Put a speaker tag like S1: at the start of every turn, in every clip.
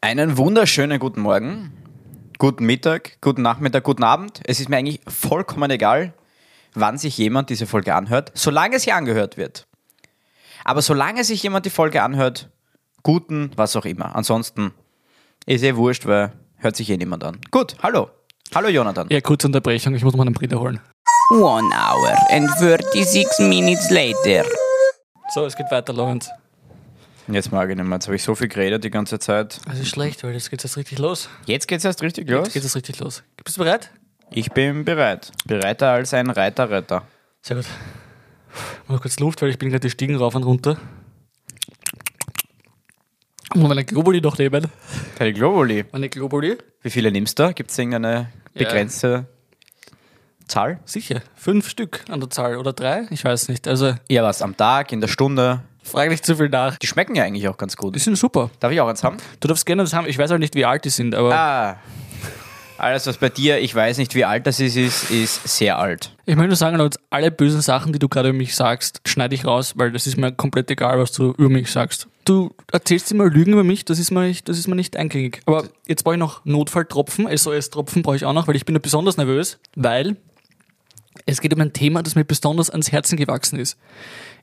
S1: Einen wunderschönen guten Morgen, guten Mittag, guten Nachmittag, guten Abend. Es ist mir eigentlich vollkommen egal, wann sich jemand diese Folge anhört, solange sie angehört wird. Aber solange sich jemand die Folge anhört, guten, was auch immer. Ansonsten ist eh wurscht, weil hört sich eh niemand an. Gut, hallo. Hallo Jonathan.
S2: Ja, kurze Unterbrechung, ich muss meinen Brille holen.
S3: One hour and 36 minutes later.
S2: So, es geht weiter, Lorenz.
S1: Jetzt mag ich nicht mehr. Jetzt habe ich so viel geredet die ganze Zeit.
S2: Das ist schlecht, weil jetzt geht es richtig los.
S1: Jetzt geht's erst richtig
S2: Jetzt
S1: los.
S2: geht es richtig los. Bist du bereit?
S1: Ich bin bereit. Bereiter als ein Reiterretter.
S2: Sehr gut. Mal kurz Luft, weil ich bin gerade die Stiegen rauf und runter. Muss meine Globuli noch nehmen?
S1: Keine Globuli.
S2: Meine Globuli?
S1: Wie viele nimmst du? Gibt es irgendeine
S2: Ja.
S1: begrenzte Zahl?
S2: Sicher. Fünf Stück an der Zahl oder drei? Ich weiß nicht. Also,
S1: Ja, was? Am Tag, in der Stunde?
S2: frag nicht zu viel nach.
S1: Die schmecken ja eigentlich auch ganz
S2: Die
S1: gut.
S2: sind super.
S1: Darf ich auch eins haben?
S2: Du darfst gerne das haben. Ich weiß auch nicht, wie alt die sind, aber
S1: Ah. Alles, was bei dir, ich weiß nicht, wie alt das ist, ist, ist sehr alt.
S2: ich möchte nur sagen, Lorenz, alle bösen Sachen, die du gerade über mich sagst, schneide ich raus, weil das ist mir komplett egal, was du über mich sagst. Du erzählst immer Lügen über mich, das ist mir, nicht- das ist mir nicht eingängig. Aber jetzt brauche ich noch Notfalltropfen, SOS-Tropfen brauche ich auch noch, weil ich bin da besonders nervös, weil es geht um ein Thema, das mir besonders ans Herzen gewachsen ist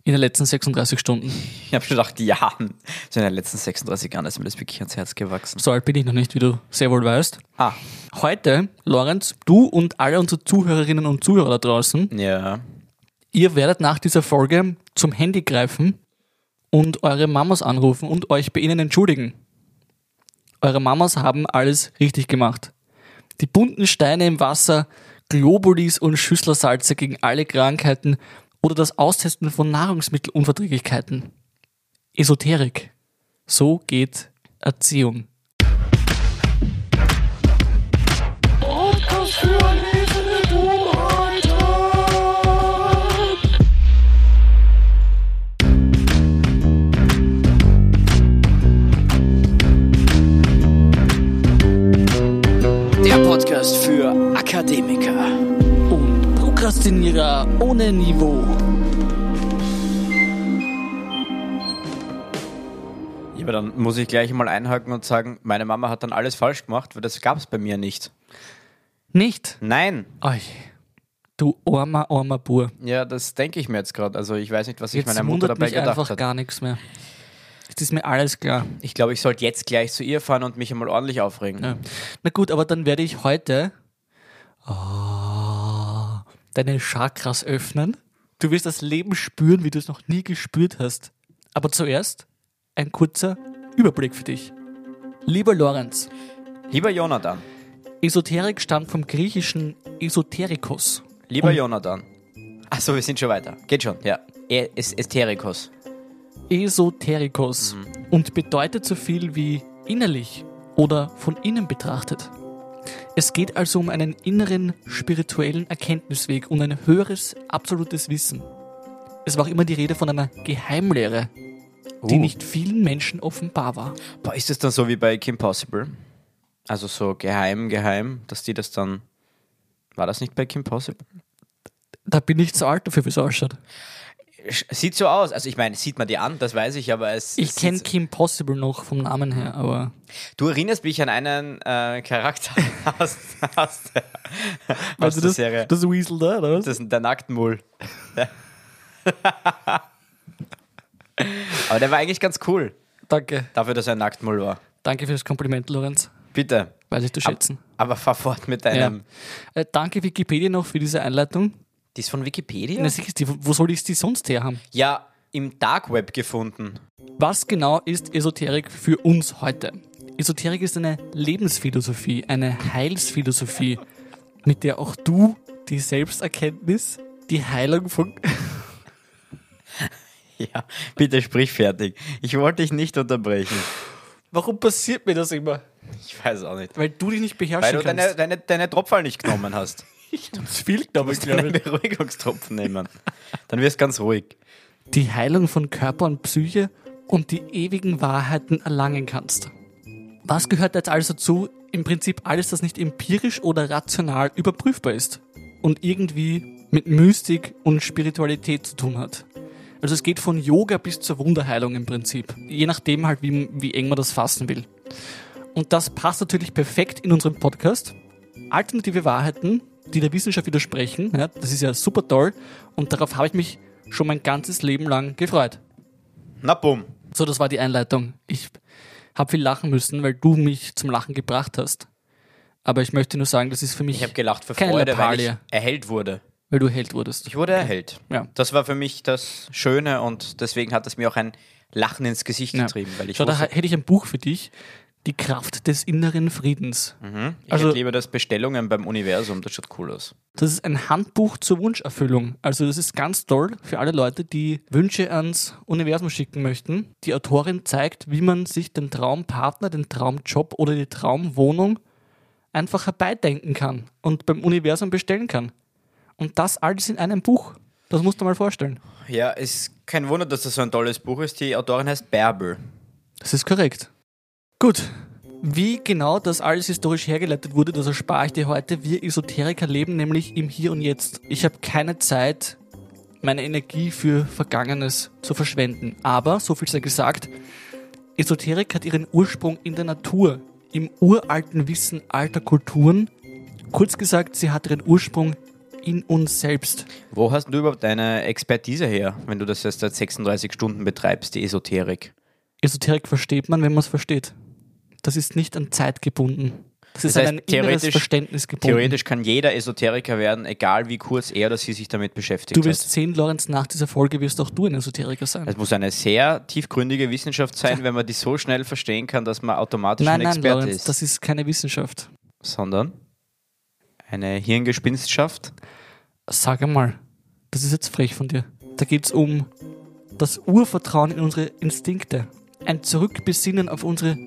S2: in den letzten 36 Stunden.
S1: Ich habe schon gedacht, Jahren. So in den letzten 36 Jahren ist mir das wirklich ans Herz gewachsen.
S2: So alt bin ich noch nicht, wie du sehr wohl weißt.
S1: Ah.
S2: Heute, Lorenz, du und alle unsere Zuhörerinnen und Zuhörer da draußen
S1: Ja.
S2: ihr werdet nach dieser Folge zum Handy greifen und eure Mamas anrufen und euch bei ihnen entschuldigen. Eure Mamas haben alles richtig gemacht. Die bunten Steine im Wasser, Globulis und Schüsslersalze gegen alle Krankheiten oder das Austesten von Nahrungsmittelunverträglichkeiten. Esoterik. So geht Erziehung.
S4: Der Podcast für Akademiker.
S2: Und Oh, Prokrastinierer ohne Niveau.
S1: Ja, aber dann muss ich gleich mal einhaken und sagen, meine Mama hat dann alles falsch gemacht, weil das gab es bei mir nicht.
S2: Nicht.
S1: Nein.
S2: Euch. Du armer, armer Bur.
S1: Ja, das denke ich mir jetzt gerade. Also ich weiß nicht, was ich
S2: Jetzt
S1: meiner Mutter
S2: wundert
S1: dabei
S2: mich einfach
S1: gedacht hat.
S2: gar nichts mehr. Jetzt ist mir alles klar.
S1: Ich glaube, ich sollte jetzt gleich zu ihr fahren und mich einmal ordentlich aufregen.
S2: Ja. Na gut, aber dann werde ich heute Ah, deine Chakras öffnen. Du wirst das Leben spüren, wie du es noch nie gespürt hast. Aber zuerst ein kurzer Überblick für dich. Lieber Lorenz,
S1: Lieber Jonathan,
S2: Esoterik stammt vom griechischen Esoterikos.
S1: lieber Jonathan. Achso, wir sind schon weiter. Geht schon, ja. Er ist Ästerikos.
S2: Esoterikos
S1: Mhm.
S2: und bedeutet so viel wie innerlich oder von innen betrachtet. Es geht also um einen inneren spirituellen Erkenntnisweg und ein höheres, absolutes Wissen. Es war auch immer die Rede von einer Geheimlehre, die
S1: Uh.
S2: nicht vielen Menschen offenbar war.
S1: Boah, ist das dann so wie bei Kim Possible? Also so geheim, geheim, dass die das dann... War das nicht bei Kim Possible?
S2: Da bin ich zu alt dafür, wie es ausschaut.
S1: Sch- Sieht so aus. Also ich meine, sieht man die an, das weiß ich, aber es...
S2: Ich
S1: sieht
S2: kenne
S1: so-
S2: Kim Possible noch vom Namen her, aber
S1: Du erinnerst mich an einen äh, Charakter aus, aus der, aus
S2: Weißt du
S1: der Serie.
S2: Also das Weasel da, oder was?
S1: Das ist der Nacktmull. Aber der war eigentlich ganz cool,
S2: Danke.
S1: dafür, dass er ein Nacktmull war.
S2: Danke für das Kompliment, Lorenz.
S1: Bitte.
S2: Weiß ich zu schätzen.
S1: Aber fahr fort mit
S2: Ja.
S1: deinem.
S2: Äh, danke Wikipedia noch für diese Einleitung.
S1: Die ist von Wikipedia?
S2: Na, sicher, die- wo soll ich die sonst her haben?
S1: Ja, im Dark Web gefunden.
S2: Was genau ist Esoterik für uns heute? Esoterik ist eine Lebensphilosophie, eine Heilsphilosophie, mit der auch du die Selbsterkenntnis, die Heilung von...
S1: Ja, bitte sprich fertig. Ich wollte dich nicht unterbrechen.
S2: Warum passiert mir das immer?
S1: Ich weiß auch nicht.
S2: Weil du dich nicht
S1: Weil
S2: beherrschen
S1: du deine,
S2: kannst.
S1: deine, deine Tropfen nicht genommen hast.
S2: Ich hab zu viel genommen, glaube
S1: Deine
S2: ich.
S1: Beruhigungstropfen nehmen. Dann wirst du ganz ruhig.
S2: Die Heilung von Körper und Psyche und die ewigen Wahrheiten erlangen kannst. Was gehört jetzt also zu? Im Prinzip alles, das nicht empirisch oder rational überprüfbar ist und irgendwie mit Mystik und Spiritualität zu tun hat. Also es geht von Yoga bis zur Wunderheilung im Prinzip, je nachdem halt, wie, wie eng man das fassen will. Und das passt natürlich perfekt in unseren Podcast. Alternative Wahrheiten, die der Wissenschaft widersprechen, ja, das ist ja super toll. Und darauf habe ich mich schon mein ganzes Leben lang gefreut.
S1: Na bumm.
S2: So, das war die Einleitung. Ich habe viel lachen müssen, weil du mich zum Lachen gebracht hast. Aber ich möchte nur sagen, das ist für mich,
S1: Ich habe gelacht vor
S2: Keine
S1: Freude, weil ich
S2: Lappalie.
S1: erhellt wurde.
S2: weil du Held wurdest.
S1: Ich wurde erhellt.
S2: Ja.
S1: Das war für mich das Schöne und deswegen hat es mir auch ein Lachen ins Gesicht
S2: Ja.
S1: getrieben, weil ich
S2: Schau, da
S1: wusste,
S2: hätte ich ein Buch für dich. Die Kraft des inneren Friedens.
S1: ich
S2: also-
S1: hätte lieber das Bestellungen beim Universum, das schaut cool aus.
S2: Das ist ein Handbuch zur Wunscherfüllung. Also das ist ganz toll für alle Leute, die Wünsche ans Universum schicken möchten. Die Autorin zeigt, wie man sich den Traumpartner, den Traumjob oder die Traumwohnung einfach herbeidenken kann und beim Universum bestellen kann. Und das alles in einem Buch. Das musst du mal vorstellen.
S1: Ja, ist kein Wunder, dass das so ein tolles Buch ist. Die Autorin heißt Bärbel.
S2: Das ist korrekt. Gut. Wie genau das alles historisch hergeleitet wurde, das erspare ich dir heute. Wir Esoteriker leben nämlich im Hier und Jetzt. Ich habe keine Zeit, meine Energie für Vergangenes zu verschwenden. Aber, so viel sei gesagt, Esoterik hat ihren Ursprung in der Natur, im uralten Wissen alter Kulturen. Kurz gesagt, sie hat ihren Ursprung in uns selbst.
S1: Wo hast du überhaupt deine Expertise her, wenn du das jetzt seit 36 Stunden betreibst, die Esoterik?
S2: Esoterik versteht man, wenn man es versteht. Das ist nicht an Zeit gebunden. Das ist
S1: heißt,
S2: an ein inneres
S1: theoretisch-
S2: Verständnis gebunden.
S1: Theoretisch kann jeder Esoteriker werden, egal wie kurz er oder sie sich damit beschäftigt
S2: du wirst
S1: hat.
S2: sehen, Lorenz, nach dieser Folge wirst auch du ein Esoteriker sein.
S1: Es muss eine sehr tiefgründige Wissenschaft sein, wenn man die so schnell verstehen kann, dass man automatisch
S2: nein,
S1: ein
S2: nein,
S1: Experte
S2: Lorenz,
S1: ist.
S2: das ist keine Wissenschaft.
S1: sondern eine Hirngespinstenschaft.
S2: Sag einmal, das ist jetzt frech von dir. Da geht es um das Urvertrauen in unsere Instinkte. Ein Zurückbesinnen auf unsere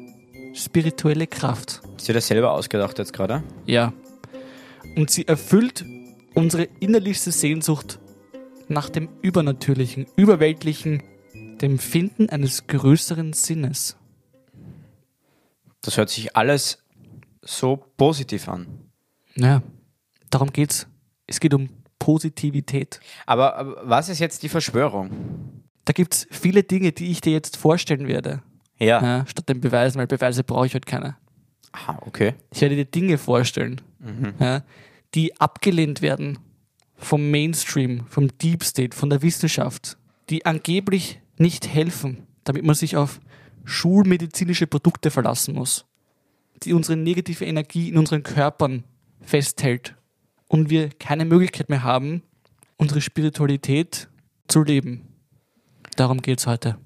S2: spirituelle Kraft.
S1: Hast du dir das selber ausgedacht jetzt gerade?
S2: Ja. Und sie erfüllt unsere innerlichste Sehnsucht nach dem Übernatürlichen, Überweltlichen, dem Finden eines größeren Sinnes.
S1: Das hört sich alles so positiv an.
S2: Ja, darum geht's. Es geht um Positivität.
S1: Aber, aber was ist jetzt die Verschwörung?
S2: Da gibt's viele Dinge, die ich dir jetzt vorstellen werde.
S1: Ja.
S2: Ja, statt den Beweisen, weil Beweise brauche ich heute keine.
S1: Aha, okay.
S2: Ich werde dir Dinge vorstellen, ja, die abgelehnt werden vom Mainstream, vom Deep State, von der Wissenschaft, die angeblich nicht helfen, damit man sich auf schulmedizinische Produkte verlassen muss, die unsere negative Energie in unseren Körpern festhält und wir keine Möglichkeit mehr haben, unsere Spiritualität zu leben. Darum geht's heute.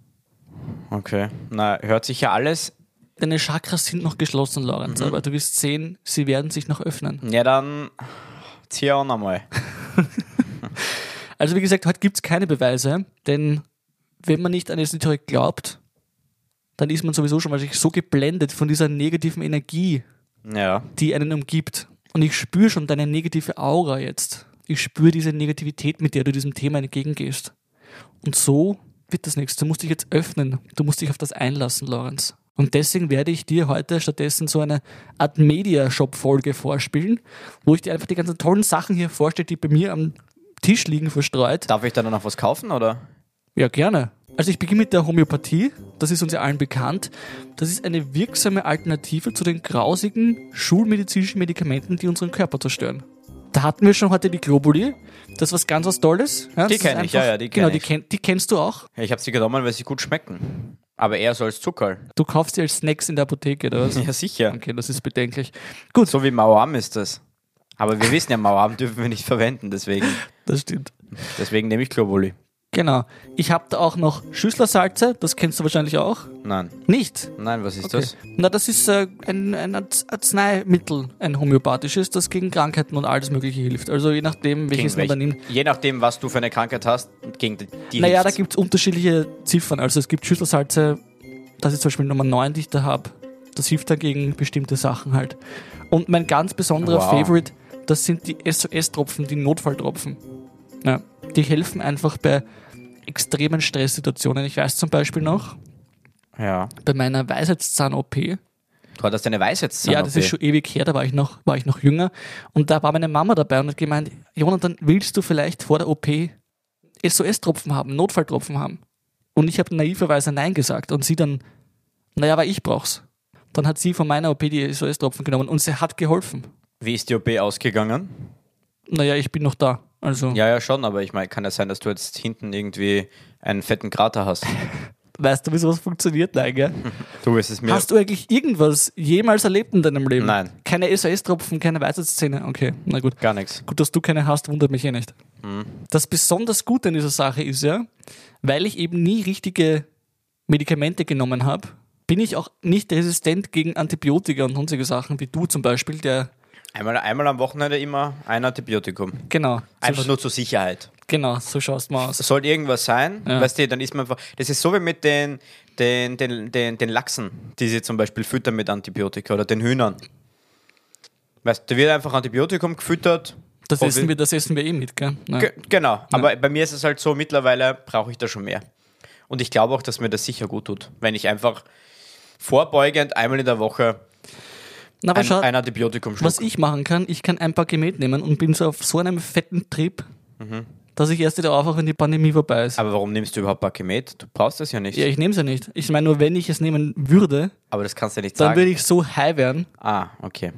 S1: Okay. Na, hört sich ja alles.
S2: Deine Chakras sind noch geschlossen, Lorenz, aber du wirst sehen, sie werden sich noch öffnen.
S1: Ja, dann zieh auch nochmal.
S2: Also wie gesagt, heute gibt es keine Beweise, denn wenn man nicht an Esoterik glaubt, dann ist man sowieso schon wahrscheinlich so geblendet von dieser negativen Energie,
S1: Ja.
S2: die einen umgibt. Und ich spüre schon deine negative Aura jetzt. Ich spüre diese Negativität, mit der du diesem Thema entgegengehst. Und so wird das nichts. Du musst dich jetzt öffnen. Du musst dich auf das einlassen, Lorenz. Und deswegen werde ich dir heute stattdessen so eine Art Media-Shop-Folge vorspielen, wo ich dir einfach die ganzen tollen Sachen hier vorstelle, die bei mir am Tisch liegen verstreut.
S1: Darf ich da noch was kaufen oder?
S2: Ja, gerne. Also ich beginne mit der Homöopathie, das ist uns ja allen bekannt. Das ist eine wirksame Alternative zu den grausigen schulmedizinischen Medikamenten, die unseren Körper zerstören. Da hatten wir schon heute die Globuli, das ist was ganz was Tolles. Ja,
S1: Die
S2: das ist
S1: kenn ich, ja, ja, die kenn
S2: Genau, die,
S1: ich.
S2: kenn, die kennst du auch.
S1: Ja, Ich habe sie genommen, weil sie gut schmecken. Aber eher so als Zucker.
S2: Du kaufst die als Snacks in der Apotheke, oder was?
S1: Ja, sicher.
S2: Okay, das ist bedenklich. Gut,
S1: So wie Mauam ist das. Aber wir wissen ja, Mauam dürfen wir nicht verwenden, deswegen.
S2: das stimmt.
S1: Deswegen nehme ich Globuli.
S2: Genau. Ich habe da auch noch Schüsslersalze, das kennst du wahrscheinlich auch.
S1: Nein.
S2: Nicht?
S1: Nein, was ist
S2: Okay.
S1: das?
S2: Na, das ist äh, ein, ein Arz- Arzneimittel, ein homöopathisches, das gegen Krankheiten und alles Mögliche hilft. Also je nachdem, welches
S1: Gegen
S2: man da
S1: welch-
S2: nimmt.
S1: Je nachdem, was du für eine Krankheit hast, gegen die- die
S2: Naja, da
S1: hilft's.
S2: gibt es unterschiedliche Ziffern. Also es gibt Schüsselsalze, das ist zum Beispiel Nummer 9, die ich da habe. Das hilft dann gegen bestimmte Sachen halt. Und mein ganz besonderer
S1: Wow.
S2: Favorite, das sind die SOS-Tropfen, die Notfalltropfen. Ja, die helfen einfach bei extremen Stresssituationen. Ich weiß zum Beispiel noch,
S1: Ja.
S2: bei meiner Weisheitszahn-OP,
S1: Du hattest eine Weisheitszahn.
S2: Ja, das ist schon ewig her, da war ich noch, war ich noch jünger. Und da war meine Mama dabei und hat gemeint, Jonathan, willst du vielleicht vor der OP SOS-Tropfen haben, Notfalltropfen haben? Und ich habe naiverweise Nein gesagt und sie dann, naja, weil ich brauch's. Dann hat sie von meiner OP die SOS-Tropfen genommen und sie hat geholfen.
S1: Wie ist die OP ausgegangen?
S2: Naja, ich bin noch da. Also,
S1: Ja, ja, schon, aber ich meine, kann ja sein, dass du jetzt hinten irgendwie einen fetten Krater hast.
S2: weißt du, wie sowas funktioniert? Nein, gell?
S1: Du wirst es mir.
S2: Hast du eigentlich irgendwas jemals erlebt in deinem Leben?
S1: Nein.
S2: Keine SOS-Tropfen, keine Weisheitszähne? Okay, na gut.
S1: Gar nichts.
S2: Gut, dass du keine hast, wundert mich eh nicht.
S1: Hm.
S2: Das besonders Gute an dieser Sache ist ja, weil ich eben nie richtige Medikamente genommen habe, bin ich auch nicht resistent gegen Antibiotika und sonstige Sachen, wie du zum Beispiel, der,
S1: Einmal, einmal am Wochenende immer ein Antibiotikum.
S2: genau,
S1: Einfach
S2: so,
S1: nur zur Sicherheit.
S2: genau, so schaust mal aus.
S1: Soll irgendwas sein,
S2: Ja.
S1: weißt du, dann ist man einfach. Das ist so wie mit den, den, den, den, den Lachsen, die sie zum Beispiel füttern mit Antibiotika oder den Hühnern. Weißt du, da wird einfach Antibiotikum gefüttert. Oh,
S2: Das
S1: Ob-
S2: essen, wir, das essen wir eh mit, gell? Ja.
S1: Ge- Genau, aber bei mir ist es halt so, mittlerweile brauche ich da schon mehr. Und ich glaube auch, dass mir das sicher gut tut, wenn ich einfach vorbeugend einmal in der Woche
S2: Na, aber
S1: ein,
S2: Ah, schau,
S1: ein Antibiotikum schluck.
S2: was ich machen kann, ich kann ein paar Gemet nehmen und bin so auf so einem fetten Trip, dass ich erst wieder aufwache, wenn die Pandemie vorbei ist.
S1: Mhm. Aber warum nimmst du überhaupt Bakemet? Du brauchst das ja nicht.
S2: ja, ich nehme es ja nicht. Ich meine nur, wenn ich es nehmen würde,
S1: aber das kannst du ja nicht
S2: dann
S1: sagen.
S2: würde ich so high werden,
S1: ah, okay.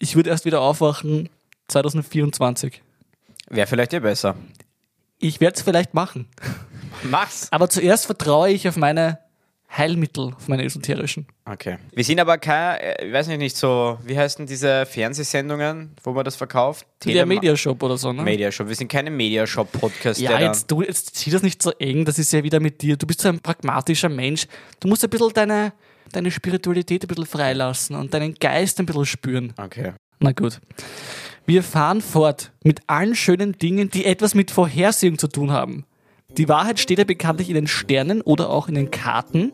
S2: ich würde erst wieder aufwachen 2024.
S1: Wäre vielleicht eh besser.
S2: Ich werde es vielleicht machen.
S1: Mach's!
S2: Aber zuerst vertraue ich auf meine Heilmittel, auf meine esoterischen.
S1: Okay. Wir sind aber kein, äh, ich weiß nicht, nicht so, wie heißen diese Fernsehsendungen, wo man das verkauft?
S2: Wie der
S1: Telem-
S2: Mediashop oder so, ne?
S1: Media Shop. Wir sind keine Media Shop Podcast.
S2: ja, jetzt, du, jetzt zieh das nicht so eng, das ist ja wieder mit dir. Du bist so ein pragmatischer Mensch. Du musst ein bisschen deine, deine Spiritualität ein bisschen freilassen und deinen Geist ein bisschen spüren.
S1: Okay.
S2: Na gut. Wir fahren fort mit allen schönen Dingen, die etwas mit Vorhersehung zu tun haben. Die Wahrheit steht ja bekanntlich in den Sternen oder auch in den Karten,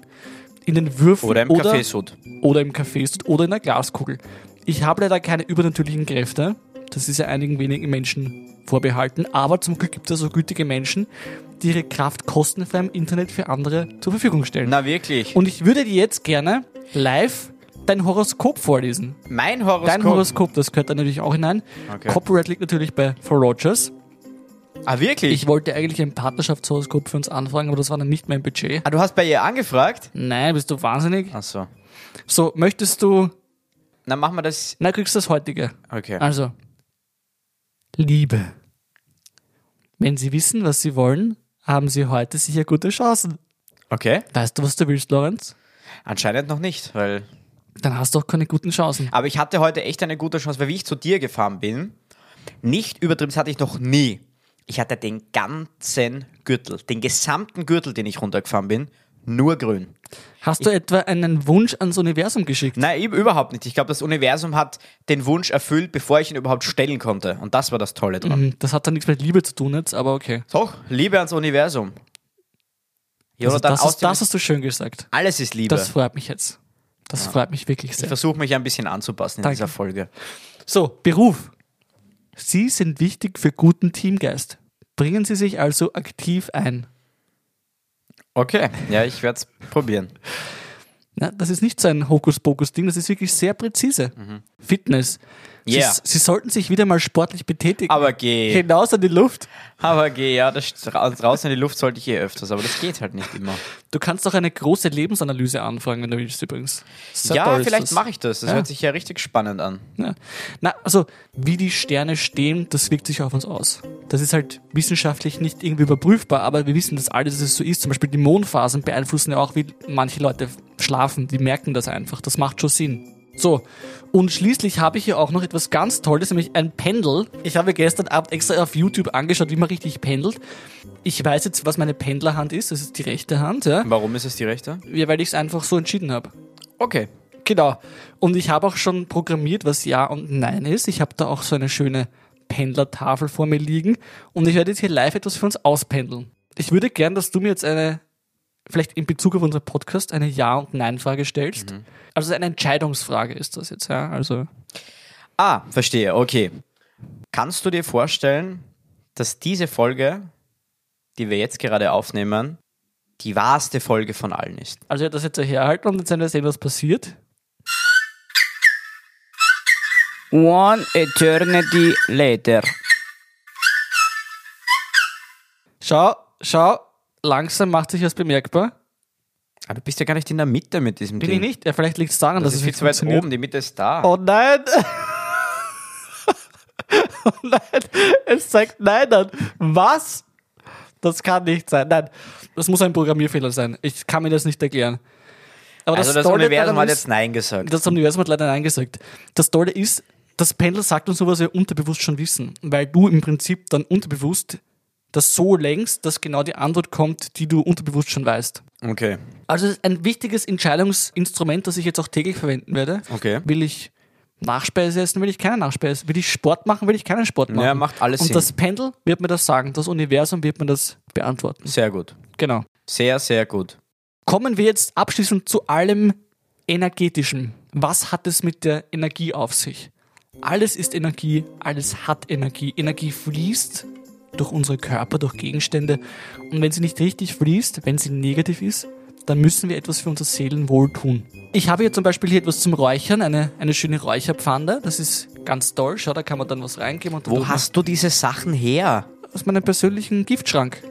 S2: in den Würfeln
S1: Oder im
S2: oder,
S1: Kaffeesud.
S2: oder im Kaffeesud oder in der Glaskugel. Ich habe leider keine übernatürlichen Kräfte. Das ist ja einigen wenigen Menschen vorbehalten. Aber zum Glück gibt es ja so gütige Menschen, die ihre Kraft kostenfrei im Internet für andere zur Verfügung stellen.
S1: Na wirklich.
S2: Und ich würde dir jetzt gerne live dein Horoskop vorlesen.
S1: mein Horoskop.
S2: Dein Horoskop, das gehört da natürlich auch hinein.
S1: Okay.
S2: Copyright liegt natürlich bei For Rogers.
S1: Ah, wirklich?
S2: Ich wollte eigentlich ein Partnerschaftshoroskop für uns anfragen, aber das war dann nicht mein Budget.
S1: Ah, du hast bei ihr angefragt?
S2: Nein, bist du wahnsinnig?
S1: Achso.
S2: So, möchtest du.
S1: Dann machen wir das.
S2: Na, kriegst du das heutige.
S1: Okay.
S2: Also. Liebe. Wenn Sie wissen, was Sie wollen, haben Sie heute sicher gute Chancen.
S1: Okay.
S2: Weißt du, was du willst, Lorenz?
S1: Anscheinend noch nicht, weil.
S2: Dann hast du auch keine guten Chancen.
S1: Aber ich hatte heute echt eine gute Chance, weil wie ich zu dir gefahren bin, nicht übertrieben, das hatte ich noch nie. Ich hatte den ganzen Gürtel, den gesamten Gürtel, den ich runtergefahren bin, nur grün.
S2: Hast du etwa einen Wunsch ans Universum geschickt?
S1: Nein, üb- überhaupt nicht. Ich glaube, das Universum hat den Wunsch erfüllt, bevor ich ihn überhaupt stellen konnte. Und das war das Tolle dran.
S2: Hm, Das hat dann nichts mit Liebe zu tun jetzt, aber okay.
S1: Doch, Liebe ans Universum.
S2: Also
S1: Jonathan,
S2: das, ist,
S1: aus dem-
S2: das hast du schön gesagt.
S1: alles ist Liebe.
S2: Das freut mich jetzt. Das freut mich wirklich
S1: ich
S2: sehr.
S1: versuche mich ein bisschen anzupassen in
S2: Danke.
S1: dieser Folge.
S2: So, Beruf. Sie sind wichtig für guten Teamgeist. Bringen Sie sich also aktiv ein.
S1: Okay, ja, ich werde es probieren.
S2: Ja, das ist nicht so ein Hokuspokus-Ding, das ist wirklich sehr präzise.
S1: Mhm.
S2: Fitness. Sie,
S1: Yeah.
S2: Sie sollten sich wieder mal sportlich betätigen.
S1: Aber geh.
S2: Hinaus an die Luft.
S1: Aber geh, ja, das st- raus raus in die Luft sollte ich eh öfters, aber das geht halt nicht immer.
S2: Du kannst auch eine große Lebensanalyse anfragen, wenn du willst übrigens. Sehr
S1: ja,
S2: toll ist
S1: vielleicht
S2: das.
S1: mache ich das. Das
S2: Ja.
S1: hört sich ja richtig spannend an.
S2: Ja. Na, also, wie die Sterne stehen, das wirkt sich auf uns aus. Das ist halt wissenschaftlich nicht irgendwie überprüfbar, aber wir wissen, dass alles, dass es so ist, zum Beispiel die Mondphasen beeinflussen ja auch, wie manche Leute schlafen. Die merken das einfach. Das macht schon Sinn. So, und schließlich habe ich hier auch noch etwas ganz Tolles, nämlich ein Pendel. Ich habe gestern Abend extra auf YouTube angeschaut, wie man richtig pendelt. Ich weiß jetzt, was meine Pendlerhand ist. Das ist die rechte Hand, ja,
S1: Warum ist es die rechte?
S2: ja weil ich es einfach so entschieden habe.
S1: Okay.
S2: Genau. Und ich habe auch schon programmiert, was Ja und Nein ist. Ich habe da auch so eine schöne Pendlertafel vor mir liegen. Und ich werde jetzt hier live etwas für uns auspendeln. Ich würde gern, dass du mir jetzt eine, vielleicht in Bezug auf unseren Podcast, eine Ja- und Nein-Frage stellst.
S1: Mhm.
S2: Also eine Entscheidungsfrage ist das jetzt, ja. Also,
S1: Ah, verstehe, okay. Kannst du dir vorstellen, dass diese Folge, die wir jetzt gerade aufnehmen, die wahrste Folge von allen ist?
S2: also ich werde das jetzt herhalten und jetzt werden wir sehen, was passiert.
S3: One eternity later.
S2: Schau, schau, langsam macht sich das bemerkbar.
S1: Aber Ah, du bist ja gar nicht in der Mitte mit diesem
S2: Bin
S1: Ding.
S2: ich nicht? Ja, vielleicht liegt es daran,
S1: Das
S2: dass
S1: ist
S2: es
S1: viel
S2: nicht
S1: zu weit
S2: funktioniert.
S1: oben, die Mitte ist da.
S2: Oh nein! oh nein! Es zeigt Nein an. Was? Das kann nicht sein. Nein. Das muss ein Programmierfehler sein. Ich kann mir das nicht erklären. Aber
S1: also das,
S2: Tolle
S1: Universum
S2: daran
S1: hat
S2: ist-
S1: jetzt Nein gesagt.
S2: Das Universum hat leider Nein gesagt. Das Tolle ist, das Pendel sagt uns so, was wir unterbewusst schon wissen, weil du im Prinzip dann unterbewusst das so lenkst, dass genau die Antwort kommt, die du unterbewusst schon weißt.
S1: Okay.
S2: Also es ist ein wichtiges Entscheidungsinstrument, das ich jetzt auch täglich verwenden werde.
S1: Okay.
S2: Will ich Nachspeise essen, will ich keine Nachspeise? Will ich Sport machen, will ich keinen Sport machen?
S1: Ja, macht alles
S2: Und
S1: Sinn.
S2: das Pendel wird mir das sagen, das Universum wird mir das beantworten.
S1: Sehr gut.
S2: Genau.
S1: Sehr, sehr gut.
S2: Kommen wir jetzt abschließend zu allem Energetischen. Was hat es mit der Energie auf sich? Alles ist Energie, alles hat Energie. Energie fließt durch unsere Körper, durch Gegenstände. Und wenn sie nicht richtig fließt, wenn sie negativ ist, dann müssen wir etwas für unser Seelenwohl tun. Ich habe hier zum Beispiel hier etwas zum Räuchern, eine, eine schöne Räucherpfanne. Das ist ganz toll. Schau, da kann man dann was reingeben. Und dann
S1: Wo
S2: tut man-
S1: hast du diese Sachen her?
S2: aus meinem persönlichen Giftschrank.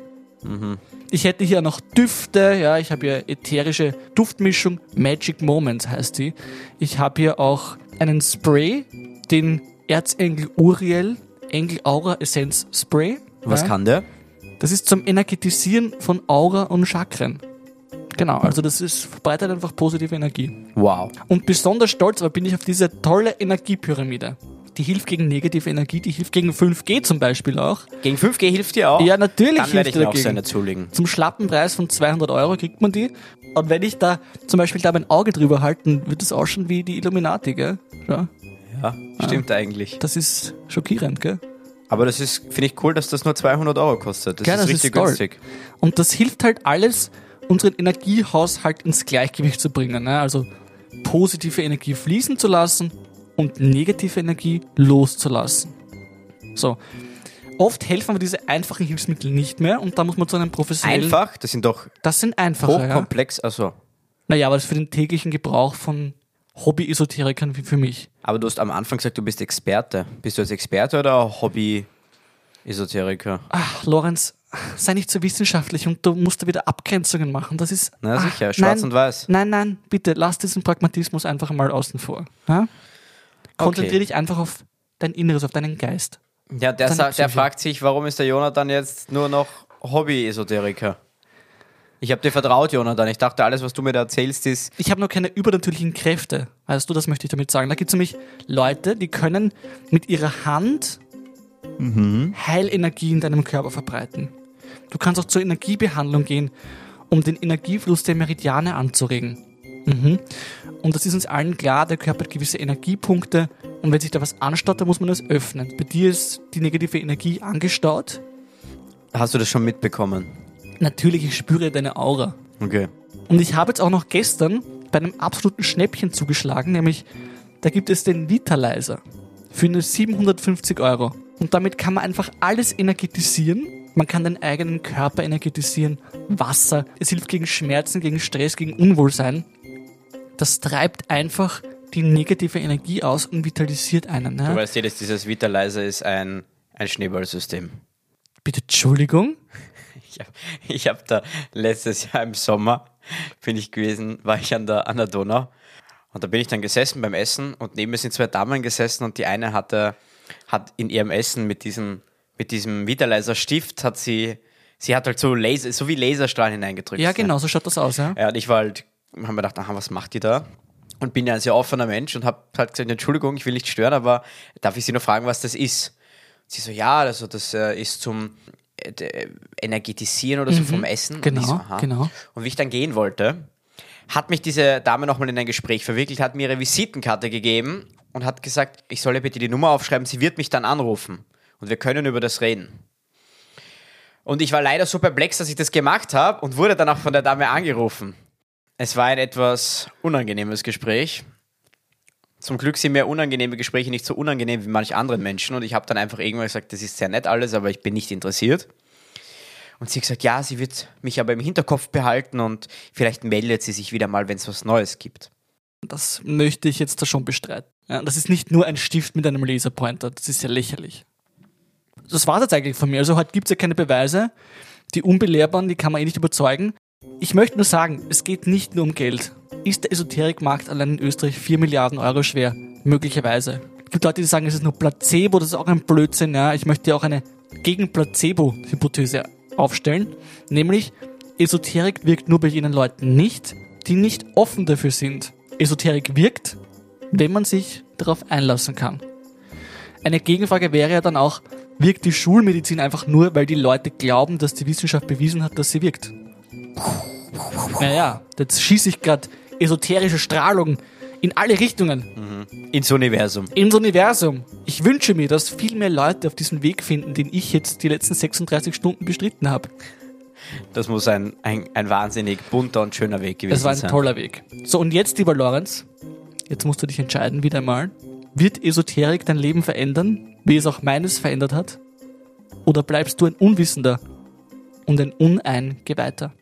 S1: Mhm.
S2: Ich hätte hier noch Düfte, ja, ich habe hier ätherische Duftmischung, Magic Moments heißt die. Ich habe hier auch einen Spray, den Erzengel Uriel Engel Aura Essenz Spray.
S1: Was
S2: ja.
S1: kann der?
S2: Das ist zum Energetisieren von Aura und Chakren. Genau, also das ist verbreitet einfach positive Energie.
S1: Wow.
S2: Und besonders stolz aber bin ich auf diese tolle Energiepyramide. Die hilft gegen negative Energie, die hilft gegen 5G zum Beispiel auch.
S1: Gegen 5G hilft dir auch?
S2: Ja, natürlich
S1: Oh, Dann werde
S2: hilft
S1: ich mir auch
S2: dagegen.
S1: so eine zulegen.
S2: Zum schlappen Preis von 200 Euro kriegt man die. Und wenn ich da zum Beispiel da mein Auge drüber halten, wird das ausschauen wie die Illuminati, gell? Ja,
S1: Ja,
S2: Ah.
S1: stimmt eigentlich.
S2: das ist schockierend, gell?
S1: Aber das ist, finde ich cool, dass das nur 200 Euro kostet. Das
S2: Gell,
S1: ist
S2: das
S1: richtig
S2: ist toll.
S1: günstig.
S2: Und das hilft halt alles, unseren Energiehaushalt ins Gleichgewicht zu bringen. Ne? Also positive Energie fließen zu lassen und negative Energie loszulassen. So. Oft helfen aber diese einfachen Hilfsmittel nicht mehr und da muss man zu einem professionellen.
S1: Einfach, das sind doch
S2: Das sind einfache. Ja?
S1: hochkomplex. Also,
S2: Naja, aber das ist für den täglichen Gebrauch von Hobby-Esoterikern wie für mich.
S1: aber du hast am Anfang gesagt, du bist Experte. Bist du als Experte oder Hobby-Esoteriker?
S2: Ach, Lorenz, sei nicht so wissenschaftlich und du musst da wieder Abgrenzungen machen. Das ist.
S1: Na
S2: ach,
S1: sicher, schwarz
S2: nein,
S1: und weiß.
S2: Nein, nein, bitte, lass diesen Pragmatismus einfach mal außen vor. Ja? Konzentriere dich einfach auf dein Inneres, auf deinen Geist.
S1: Ja, der,
S2: Dann
S1: sa- der
S2: Psyche.
S1: fragt sich, warum ist der Jonathan jetzt nur noch Hobby-Esoteriker? Ich habe dir vertraut, Jonathan. Ich dachte, alles, was du mir da erzählst, ist.
S2: Ich habe noch keine übernatürlichen Kräfte. Weißt du, das möchte ich damit sagen. Da gibt es nämlich Leute, die können mit ihrer Hand Heilenergie in deinem Körper verbreiten. Du kannst auch zur Energiebehandlung gehen, um den Energiefluss der Meridiane anzuregen. Mhm. Und das ist uns allen klar, der Körper hat gewisse Energiepunkte und wenn sich da was anstaut, dann muss man das öffnen. Bei dir ist die negative Energie angestaut.
S1: Hast du das schon mitbekommen?
S2: Natürlich, ich spüre deine Aura.
S1: Okay.
S2: Und ich habe jetzt auch noch gestern bei einem absoluten Schnäppchen zugeschlagen, nämlich da gibt es den Vitalizer für nur 750 Euro. Und damit kann man einfach alles energetisieren. Man kann den eigenen Körper energetisieren, Wasser. Es hilft gegen Schmerzen, gegen Stress, gegen Unwohlsein. Das treibt einfach die negative Energie aus und vitalisiert einen.
S1: Du
S2: Ne?
S1: weißt jedes, dieses Vitalizer ist ein, ein Schneeballsystem.
S2: Bitte Entschuldigung.
S1: Ich habe ich hab da letztes Jahr im Sommer, bin ich gewesen, war ich an der, an der Donau und da bin ich dann gesessen beim Essen und neben mir sind zwei Damen gesessen und die eine hatte, hat in ihrem Essen mit diesem, mit diesem Vitalizer-Stift hat sie, sie hat halt so Laser, so wie Laserstrahlen hineingedrückt.
S2: Ja,
S1: ne?
S2: genau, so schaut das aus. Ja?
S1: Ja, und ich war halt, haben wir gedacht, aha, was macht die da? Und bin ja ein sehr offener Mensch und hab halt gesagt, Entschuldigung, ich will nicht stören, aber darf ich Sie nur fragen, was das ist? Und sie so, ja, also das äh, ist zum äh, d- Energetisieren oder so vom Essen.
S2: Genau,
S1: und ich so, aha.
S2: genau.
S1: Und wie ich dann gehen wollte, hat mich diese Dame nochmal in ein Gespräch verwickelt, hat mir ihre Visitenkarte gegeben und hat gesagt, ich soll ihr bitte die Nummer aufschreiben, sie wird mich dann anrufen und wir können über das reden. Und ich war leider so perplex, dass ich das gemacht habe und wurde dann auch von der Dame angerufen. Es war ein etwas unangenehmes Gespräch. Zum Glück sind mir unangenehme Gespräche nicht so unangenehm wie manch anderen Menschen und ich habe dann einfach irgendwann gesagt, das ist sehr nett alles, aber ich bin nicht interessiert. Und sie hat gesagt, ja, sie wird mich aber im Hinterkopf behalten und vielleicht meldet sie sich wieder mal, wenn es was Neues gibt.
S2: Das möchte ich jetzt da schon bestreiten. Ja, das ist nicht nur ein Stift mit einem Laserpointer, das ist ja lächerlich. Das war es jetzt eigentlich von mir. Also heute gibt es ja keine Beweise. Die Unbelehrbaren, die kann man eh nicht überzeugen. Ich möchte nur sagen, es geht nicht nur um Geld. Ist der Esoterikmarkt allein in Österreich 4 Milliarden Euro schwer? Möglicherweise. Es gibt Leute, die sagen, es ist nur Placebo, das ist auch ein Blödsinn. Ja. Ich möchte ja auch eine Gegen-Placebo-Hypothese aufstellen, nämlich Esoterik wirkt nur bei jenen Leuten nicht, die nicht offen dafür sind. Esoterik wirkt, wenn man sich darauf einlassen kann. Eine Gegenfrage wäre ja dann auch, wirkt die Schulmedizin einfach nur, weil die Leute glauben, dass die Wissenschaft bewiesen hat, dass sie wirkt? Naja, jetzt schieße ich gerade esoterische Strahlung in alle Richtungen
S1: Ins Universum.
S2: ins Universum. Ich wünsche mir, dass viel mehr Leute auf diesen Weg finden, den ich jetzt die letzten 36 Stunden bestritten habe.
S1: Das muss ein, ein, ein wahnsinnig bunter und schöner Weg gewesen
S2: Es war ein
S1: sein.
S2: toller Weg. So, und jetzt, lieber Lorenz, jetzt musst du dich entscheiden, wieder einmal. Wird Esoterik dein Leben verändern, wie es auch meines verändert hat? Oder bleibst du ein Unwissender und ein Uneingeweihter?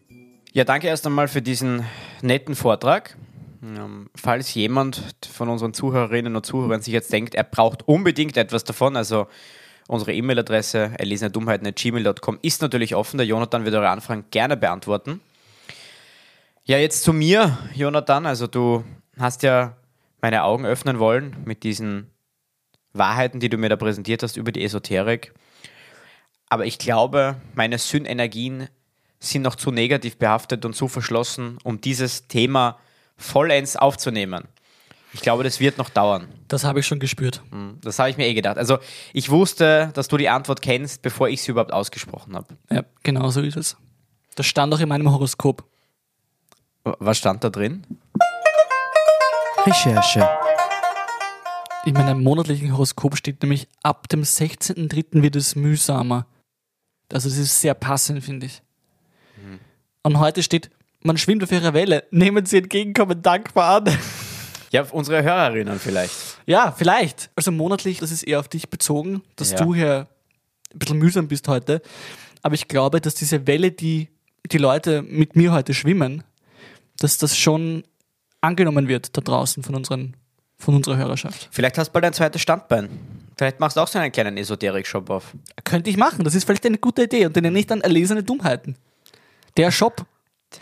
S1: Ja, danke erst einmal für diesen netten Vortrag. Ähm, Falls jemand von unseren Zuhörerinnen und Zuhörern sich jetzt denkt, er braucht unbedingt etwas davon, also unsere E-Mail-Adresse erlesenedummheiten.gmail.com ist natürlich offen. Der Jonathan wird eure Anfragen gerne beantworten. Ja, jetzt zu mir, Jonathan. Also du hast ja meine Augen öffnen wollen mit diesen Wahrheiten, die du mir da präsentiert hast über die Esoterik. Aber ich glaube, meine Sünnenergien sind noch zu negativ behaftet und zu verschlossen, um dieses Thema vollends aufzunehmen. Ich glaube, das wird noch dauern.
S2: Das habe ich schon gespürt.
S1: Das habe ich mir eh gedacht. Also ich wusste, dass du die Antwort kennst, bevor ich sie überhaupt ausgesprochen habe.
S2: Ja, genau so ist es. Das stand auch in meinem Horoskop.
S1: Was stand da drin?
S4: Recherche.
S2: In meinem monatlichen Horoskop steht nämlich, ab dem 16.03. wird es mühsamer. Also das ist sehr passend, finde ich. Und heute steht, man schwimmt auf ihrer Welle, nehmen Sie entgegenkommen dankbar an.
S1: Ja, unsere Hörerinnen vielleicht.
S2: ja, vielleicht. Also monatlich, das ist eher auf dich bezogen, dass
S1: Ja.
S2: du hier ein bisschen mühsam bist heute. Aber ich glaube, dass diese Welle, die die Leute mit mir heute schwimmen, dass das schon angenommen wird da draußen von, unseren, von unserer Hörerschaft.
S1: Vielleicht hast du bald ein zweites Standbein. Vielleicht machst du auch so einen kleinen Esoterik-Shop auf.
S2: Könnte ich machen. Das ist vielleicht eine gute Idee. Und den nenne ich dann erlesene Dummheiten. Der Shop.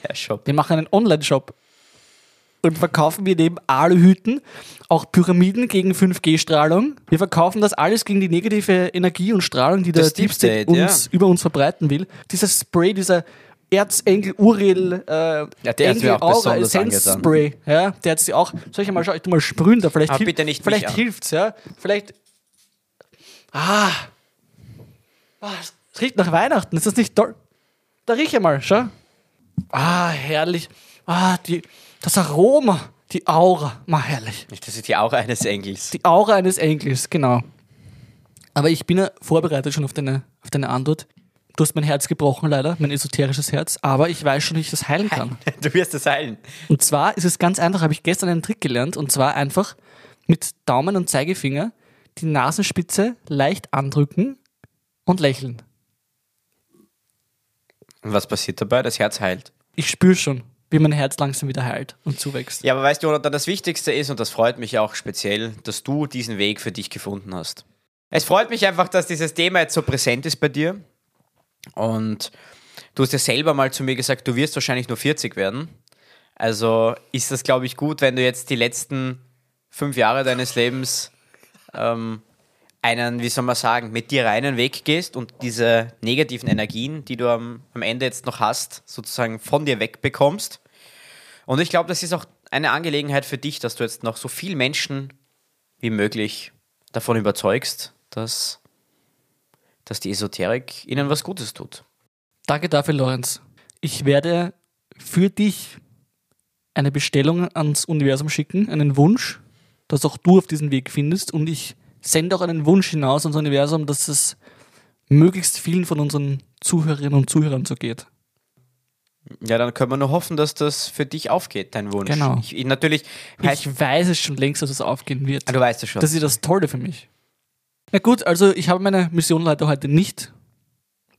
S1: Der Shop.
S2: Wir machen einen Online-Shop. Und verkaufen wir neben Aluhüten auch Pyramiden gegen 5G-Strahlung. Wir verkaufen das alles gegen die negative Energie und Strahlung, die
S1: Das
S2: der Deep
S1: Deep
S2: State
S1: State,
S2: uns, über uns verbreiten will. Dieser Spray, dieser Erzengel Uriel äh,
S1: Ja, der hat's mir auch besonders angetan.
S2: Spray, ja, der hat sie auch. Soll ich mal schauen, ich tu mal sprühen da, vielleicht,
S1: Aber
S2: hilft-
S1: bitte nicht mich
S2: vielleicht
S1: an.
S2: hilft's, ja. Vielleicht. Ah. Ah, Es riecht nach Weihnachten, ist das nicht toll? Da riech ich mal, schau. Ah, herrlich. Ah, die, das Aroma, die Aura, mal herrlich.
S1: Das ist ja auch eines Engels.
S2: Die Aura eines Engels, genau. Aber ich bin ja vorbereitet schon auf deine, auf deine Antwort. Du hast mein Herz gebrochen, leider, mein esoterisches Herz, aber ich weiß schon, wie ich das heilen kann.
S1: Du wirst es heilen.
S2: Und zwar ist es ganz einfach, habe ich gestern einen Trick gelernt, und zwar einfach mit Daumen und Zeigefinger die Nasenspitze leicht andrücken und lächeln.
S1: Und was passiert dabei? Das Herz heilt.
S2: Ich spüre schon, wie mein Herz langsam wieder heilt und zuwächst.
S1: Ja, aber weißt du, Jonathan, das Wichtigste ist, und das freut mich auch speziell, dass du diesen Weg für dich gefunden hast. Es freut mich einfach, dass dieses Thema jetzt so präsent ist bei dir. Und du hast ja selber mal zu mir gesagt, du wirst wahrscheinlich nur 40 werden. Also ist das, glaube ich, gut, wenn du jetzt die letzten fünf Jahre deines Lebens ähm, einen, wie soll man sagen, mit dir reinen Weg gehst und diese negativen Energien, die du am, am Ende jetzt noch hast, sozusagen von dir wegbekommst. Und ich glaube, das ist auch eine Angelegenheit für dich, dass du jetzt noch so viel Menschen wie möglich davon überzeugst, dass, dass die Esoterik ihnen was Gutes tut.
S2: Danke dafür, Lorenz. Ich werde für dich eine Bestellung ans Universum schicken, einen Wunsch, dass auch du auf diesen Weg findest. Und ich sende auch einen Wunsch hinaus ans Universum, dass es möglichst vielen von unseren Zuhörerinnen und Zuhörern so geht.
S1: Ja, dann können wir nur hoffen, dass das für dich aufgeht, dein Wunsch.
S2: Genau.
S1: Ich, ich, natürlich, heißt, ah,
S2: Ich weiß es schon längst, dass es aufgehen wird.
S1: du weißt es schon.
S2: Das ist das Tolle für mich. Na gut, also ich habe meine Mission leider heute nicht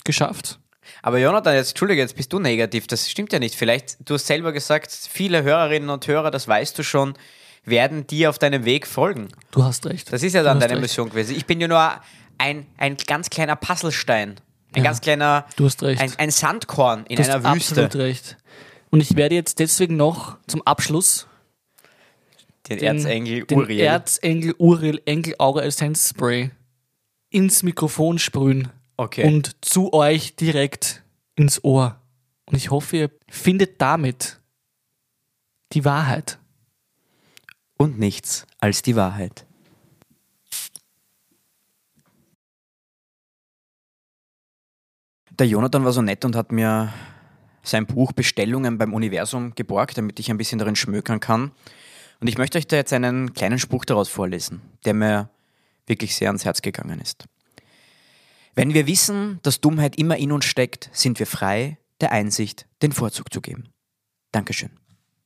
S2: geschafft.
S1: Aber Jonathan, jetzt entschuldige, jetzt bist du negativ. Das stimmt ja nicht. Vielleicht, du hast selber gesagt, viele Hörerinnen und Hörer, das weißt du schon, werden dir auf deinem Weg folgen.
S2: Du hast recht.
S1: Das ist ja
S2: Du
S1: dann
S2: hast
S1: deine
S2: recht.
S1: Mission gewesen. Ich bin ja nur ein, ein ganz kleiner Puzzlestein. Ein ganz kleiner.
S2: Du hast recht.
S1: Ein, ein Sandkorn in
S2: Du hast
S1: einer Wüste.
S2: absolut recht. Und ich werde jetzt deswegen noch zum Abschluss
S1: Den,
S2: den,
S1: Erzengel
S2: den
S1: Uriel.
S2: Erzengel Uriel Engel Aura Essence Spray ins Mikrofon sprühen
S1: Okay.
S2: und zu euch direkt ins Ohr. Und ich hoffe, ihr findet damit die Wahrheit.
S1: und nichts als die Wahrheit. Der Jonathan war so nett und hat mir sein Buch Bestellungen beim Universum geborgt, damit ich ein bisschen darin schmökern kann. Und ich möchte euch da jetzt einen kleinen Spruch daraus vorlesen, der mir wirklich sehr ans Herz gegangen ist. Wenn wir wissen, dass Dummheit immer in uns steckt, sind wir frei, der Einsicht den Vorzug zu geben. Dankeschön.